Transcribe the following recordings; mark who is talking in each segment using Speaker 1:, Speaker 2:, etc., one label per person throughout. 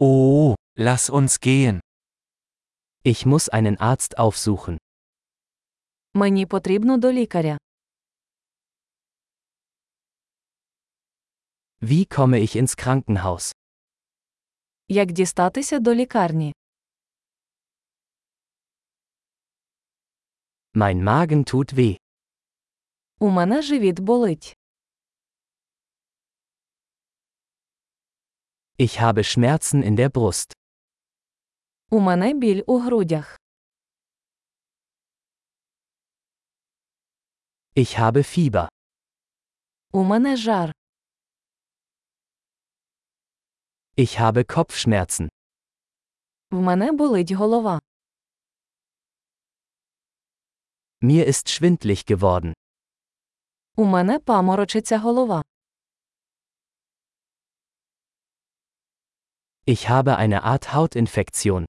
Speaker 1: Oh, Lass uns gehen.
Speaker 2: Ich muss einen Arzt aufsuchen.
Speaker 3: Мені потрібно до лікаря.
Speaker 2: Wie komme ich ins Krankenhaus?
Speaker 3: Як дістатися до лікарні?
Speaker 2: Mein Magen tut weh.
Speaker 3: У мене живіт болить.
Speaker 2: Ich habe Schmerzen in der Brust.
Speaker 3: У мене біль у грудях.
Speaker 2: Ich habe Fieber.
Speaker 3: У мене жар.
Speaker 2: Ich habe Kopfschmerzen.
Speaker 3: В мене болить голова.
Speaker 2: Mir ist schwindlig geworden.
Speaker 3: У мене паморочиться голова.
Speaker 2: Ich habe eine Art Hautinfektion.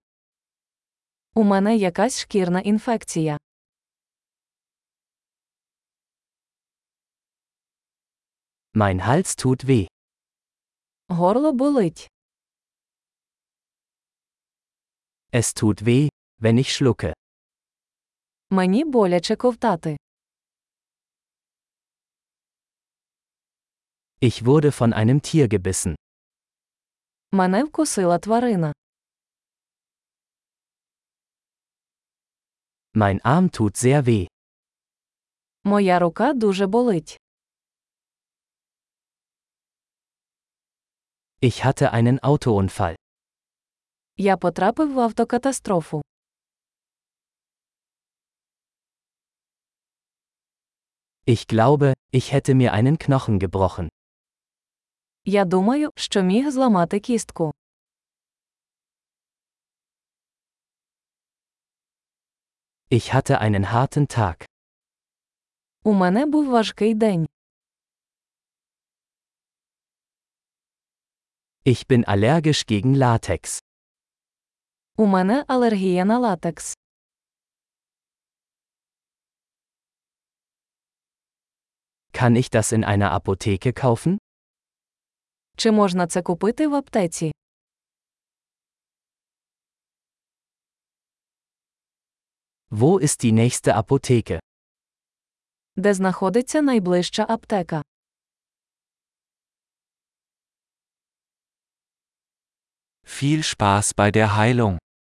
Speaker 3: У мене якась шкірна інфекція.
Speaker 2: Mein Hals tut weh.
Speaker 3: Горло болить.
Speaker 2: Es tut weh, wenn ich schlucke.
Speaker 3: Мені боляче ковтати.
Speaker 2: Ich wurde von einem Tier gebissen.
Speaker 3: Мене вкусила тварина.
Speaker 2: Mein Arm tut sehr weh.
Speaker 3: Моя рука дуже болить.
Speaker 2: Ich hatte einen Autounfall.
Speaker 3: Я потрапив в автокатастрофу.
Speaker 2: Ich glaube, ich hätte mir einen Knochen gebrochen.
Speaker 3: Я думаю, що міг зламати кістку.
Speaker 2: Ich hatte einen harten Tag.
Speaker 3: У мене був важкий день.
Speaker 2: Ich bin allergisch gegen Latex.
Speaker 3: У мене алергія на латекс.
Speaker 2: Kann ich das in einer Apotheke kaufen?
Speaker 3: Чи можна це купити в аптеці?
Speaker 2: Wo ist die nächste Apotheke?
Speaker 3: Де знаходиться найближча аптека?
Speaker 1: Viel Spaß bei der Heilung.